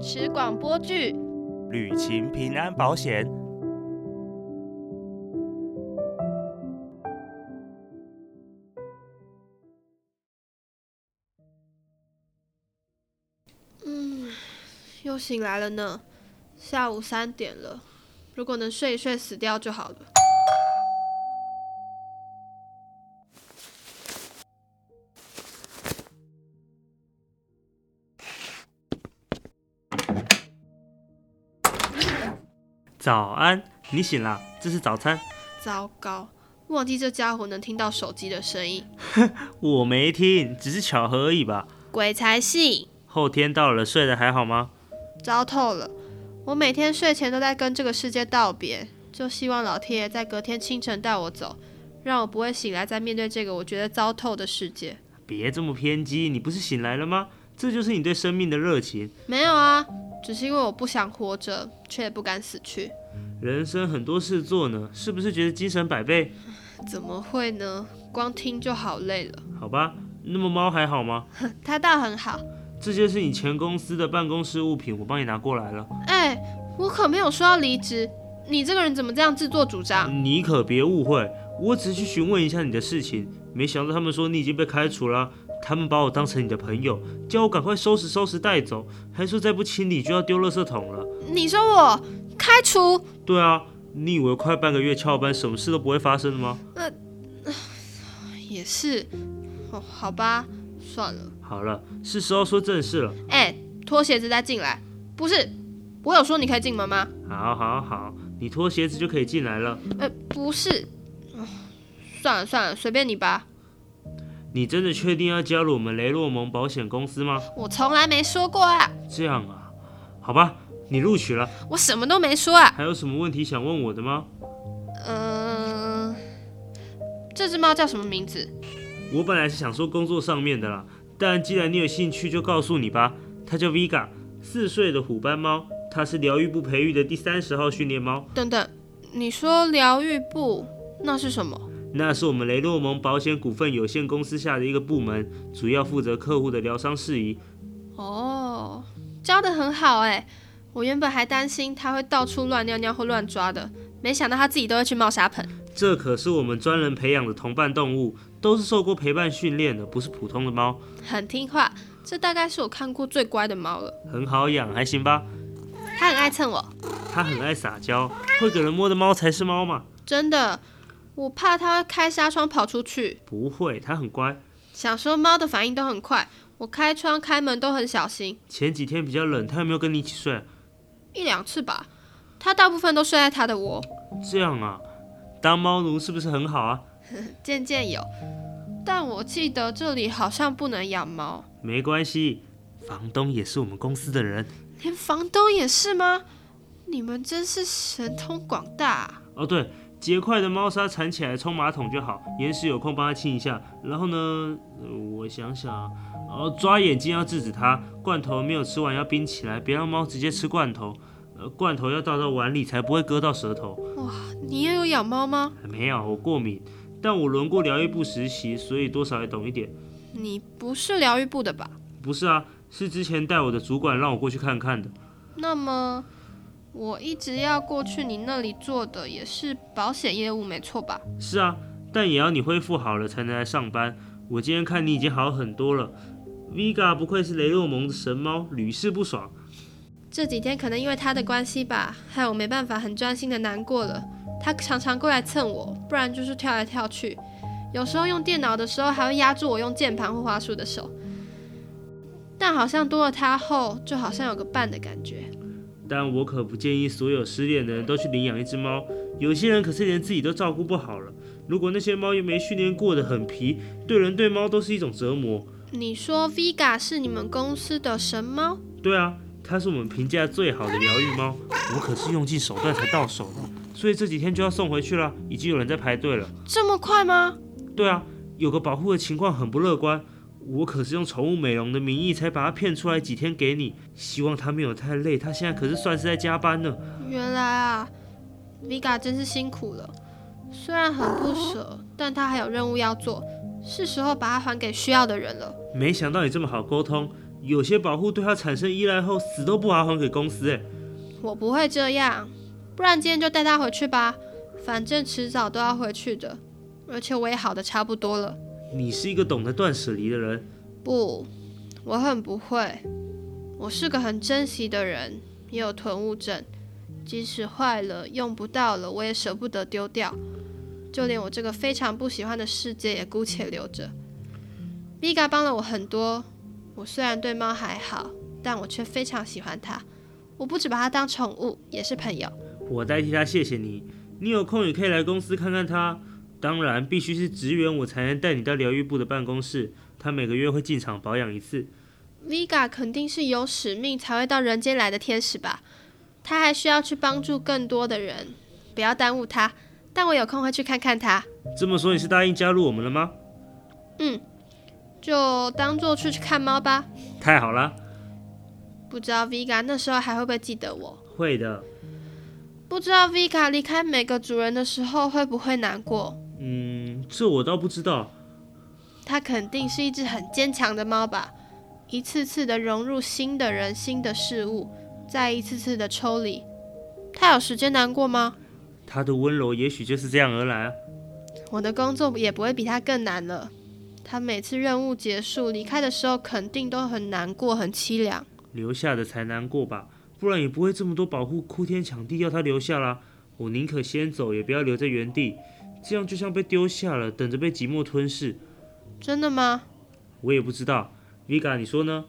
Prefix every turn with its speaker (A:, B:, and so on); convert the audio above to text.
A: 持广播剧。
B: 旅行平安保险。
A: 嗯，又醒来了呢，下午三点了。如果能睡一睡死掉就好了。
B: 早安，你醒了，这是早餐。
A: 糟糕，忘记这家伙能听到手机的声音，
B: 我没听，只是巧合而已吧。
A: 鬼才信，
B: 后天到了，睡得还好吗？
A: 糟透了。我每天睡前都在跟这个世界道别，就希望老天爷在隔天清晨带我走，让我不会醒来再面对这个我觉得糟透的世界。
B: 别这么偏激，你不是醒来了吗？这就是你对生命的热情。
A: 没有啊，只是因为我不想活着，却也不敢死去。
B: 人生很多事做呢，是不是觉得精神百倍？
A: 怎么会呢？光听就好累了。
B: 好吧，那么猫还好吗？
A: 他倒很好。
B: 这些是你前公司的办公室物品，我帮你拿过来了。
A: 哎、我可没有说要离职，你这个人怎么这样自作主张？
B: 你可别误会，我只是去询问一下你的事情，没想到他们说你已经被开除了。他们把我当成你的朋友，叫我赶快收拾收拾带走，还说再不清理就要丢垃圾桶了。
A: 你说我开除？
B: 对啊，你以为快半个月翘班，什么事都不会发生的吗？
A: 也是，哦，好吧，算了。
B: 好了，是时候说正事了。
A: 哎、脱鞋子再进来。不是，我有说你可以进门吗？
B: 好，好，好，你脱鞋子就可以进来了。
A: 呃，不是。哦算了算了，随便你吧。
B: 你真的确定要加入我们雷洛蒙保险公司吗？
A: 我从来没说过啊，
B: 这样啊，好吧，你录取了。
A: 我什么都没说啊。
B: 还有什么问题想问我的吗？
A: 嗯、这只猫叫什么名字？
B: 我本来是想说工作上面的啦，但既然你有兴趣，就告诉你吧。它叫 Vega，四岁的虎斑猫，它是疗愈部培育的第三十号训练猫，
A: 等等，你说疗愈部那是什么？
B: 那是我们雷洛蒙保险股份有限公司下的一个部门，主要负责客户的疗伤事宜。
A: 哦，教的很好哎、我原本还担心它会到处乱尿尿或乱抓的，没想到它自己都会去冒沙盆。
B: 这可是我们专人培养的同伴动物，都是受过陪伴训练的，不是普通的猫，
A: 很听话，这大概是我看过最乖的猫了。
B: 很好养，还行吧？
A: 它很爱蹭我，
B: 它很爱撒娇，会给人摸的猫才是猫嘛？
A: 真的，我怕它开纱窗跑出去。
B: 不会，它很乖。
A: 想说猫的反应都很快，我开窗开门都很小心，
B: 前几天比较冷，它有没有跟你一起睡？
A: 一两次吧。它大部分都睡在它的窝，
B: 这样啊，当猫奴是不是很好啊？
A: 渐渐有。但我记得这里好像不能养猫，
B: 没关系，房东也是我们公司的人。
A: 连房东也是吗？你们真是神通广大、啊。
B: 哦，对，结块的猫砂铲起来冲马桶就好，岩石有空帮它清一下。然后呢，呃我想想啊，哦，抓眼睛要制止它，罐头没有吃完要冰起来，别让猫直接吃罐头。呃，罐头要倒到碗里才不会割到舌头。
A: 你也有养猫吗？
B: 没有，我过敏，但我轮过疗愈部实习，所以多少也懂一点。
A: 你不是疗愈部的吧？
B: 不是啊，是之前带我的主管让我过去看看的。
A: 那么，我一直要过去你那里做的也是保险业务，没错吧？
B: 是啊，但也要你恢复好了才能来上班。我今天看你已经好很多了。Vega 不愧是雷洛蒙的神猫，屡试不爽。
A: 这几天可能因为他的关系吧，害我没办法很专心的难过了。他常常过来蹭我，不然就是跳来跳去，有时候用电脑的时候还会压住我用键盘或滑鼠的手。但好像多了他后，就好像有个伴的感觉。
B: 但我可不建议所有失恋的人都去领养一只猫，有些人可是连自己都照顾不好了。如果那些猫又没训练过的很皮，对人对猫都是一种折磨。
A: 你说 Vega 是你们公司的神猫？
B: 对啊，它是我们评价最好的疗愈猫，我可是用尽手段才到手的，所以这几天就要送回去了，已经有人在排队了。
A: 这么快吗？
B: 对啊，有个保护的情况很不乐观。我可是用宠物美容的名义才把它骗出来几天给你，希望它没有太累。它现在可是算是在加班呢。
A: 原来啊，Vega 真是辛苦了。虽然很不舍，但他还有任务要做，是时候把它还给需要的人了。
B: 没想到你这么好沟通，有些保护对它产生依赖后，死都不还还给公司。哎，
A: 我不会这样，不然今天就带他回去吧，反正迟早都要回去的，而且我也好的差不多了。
B: 你是一个懂得断舍离的人。
A: 不，我很不会，我是个很珍惜的人，也有囤物症，即使坏了、用不到了，我也舍不得丢掉，就连我这个非常不喜欢的世界也姑且留着。Biga 帮了我很多，我虽然对猫还好，但我却非常喜欢它。我不只把它当宠物，也是朋友。
B: 我代替他谢谢你。你有空也可以来公司看看他，当然必须是职员，我才能带你到疗愈部的办公室。他每个月会进厂保养一次。
A: Vega 肯定是有使命才会到人间来的天使吧？他还需要去帮助更多的人，不要耽误他。但我有空会去看看他，
B: 这么说你是答应加入我们了吗？
A: 就当做去去看猫吧。
B: 太好了，
A: 不知道 Vega 那时候还会不会记得我？
B: 会的。
A: 不知道 Vega 离开每个主人的时候会不会难过？
B: 嗯，这我倒不知道。
A: 它肯定是一只很坚强的猫吧？一次次的融入新的人、新的事物，再一次次的抽离。它有时间难过吗？
B: 他的温柔也许就是这样而来啊。
A: 我的工作也不会比他更难了。他每次任务结束离开的时候，肯定都很难过、很凄凉。
B: 留下的才难过吧，不然也不会这么多保护哭天抢地要他留下啦。我宁可先走，也不要留在原地，这样就像被丢下了，等着被寂寞吞噬。
A: 真的吗？
B: 我也不知道，Vega，你说呢？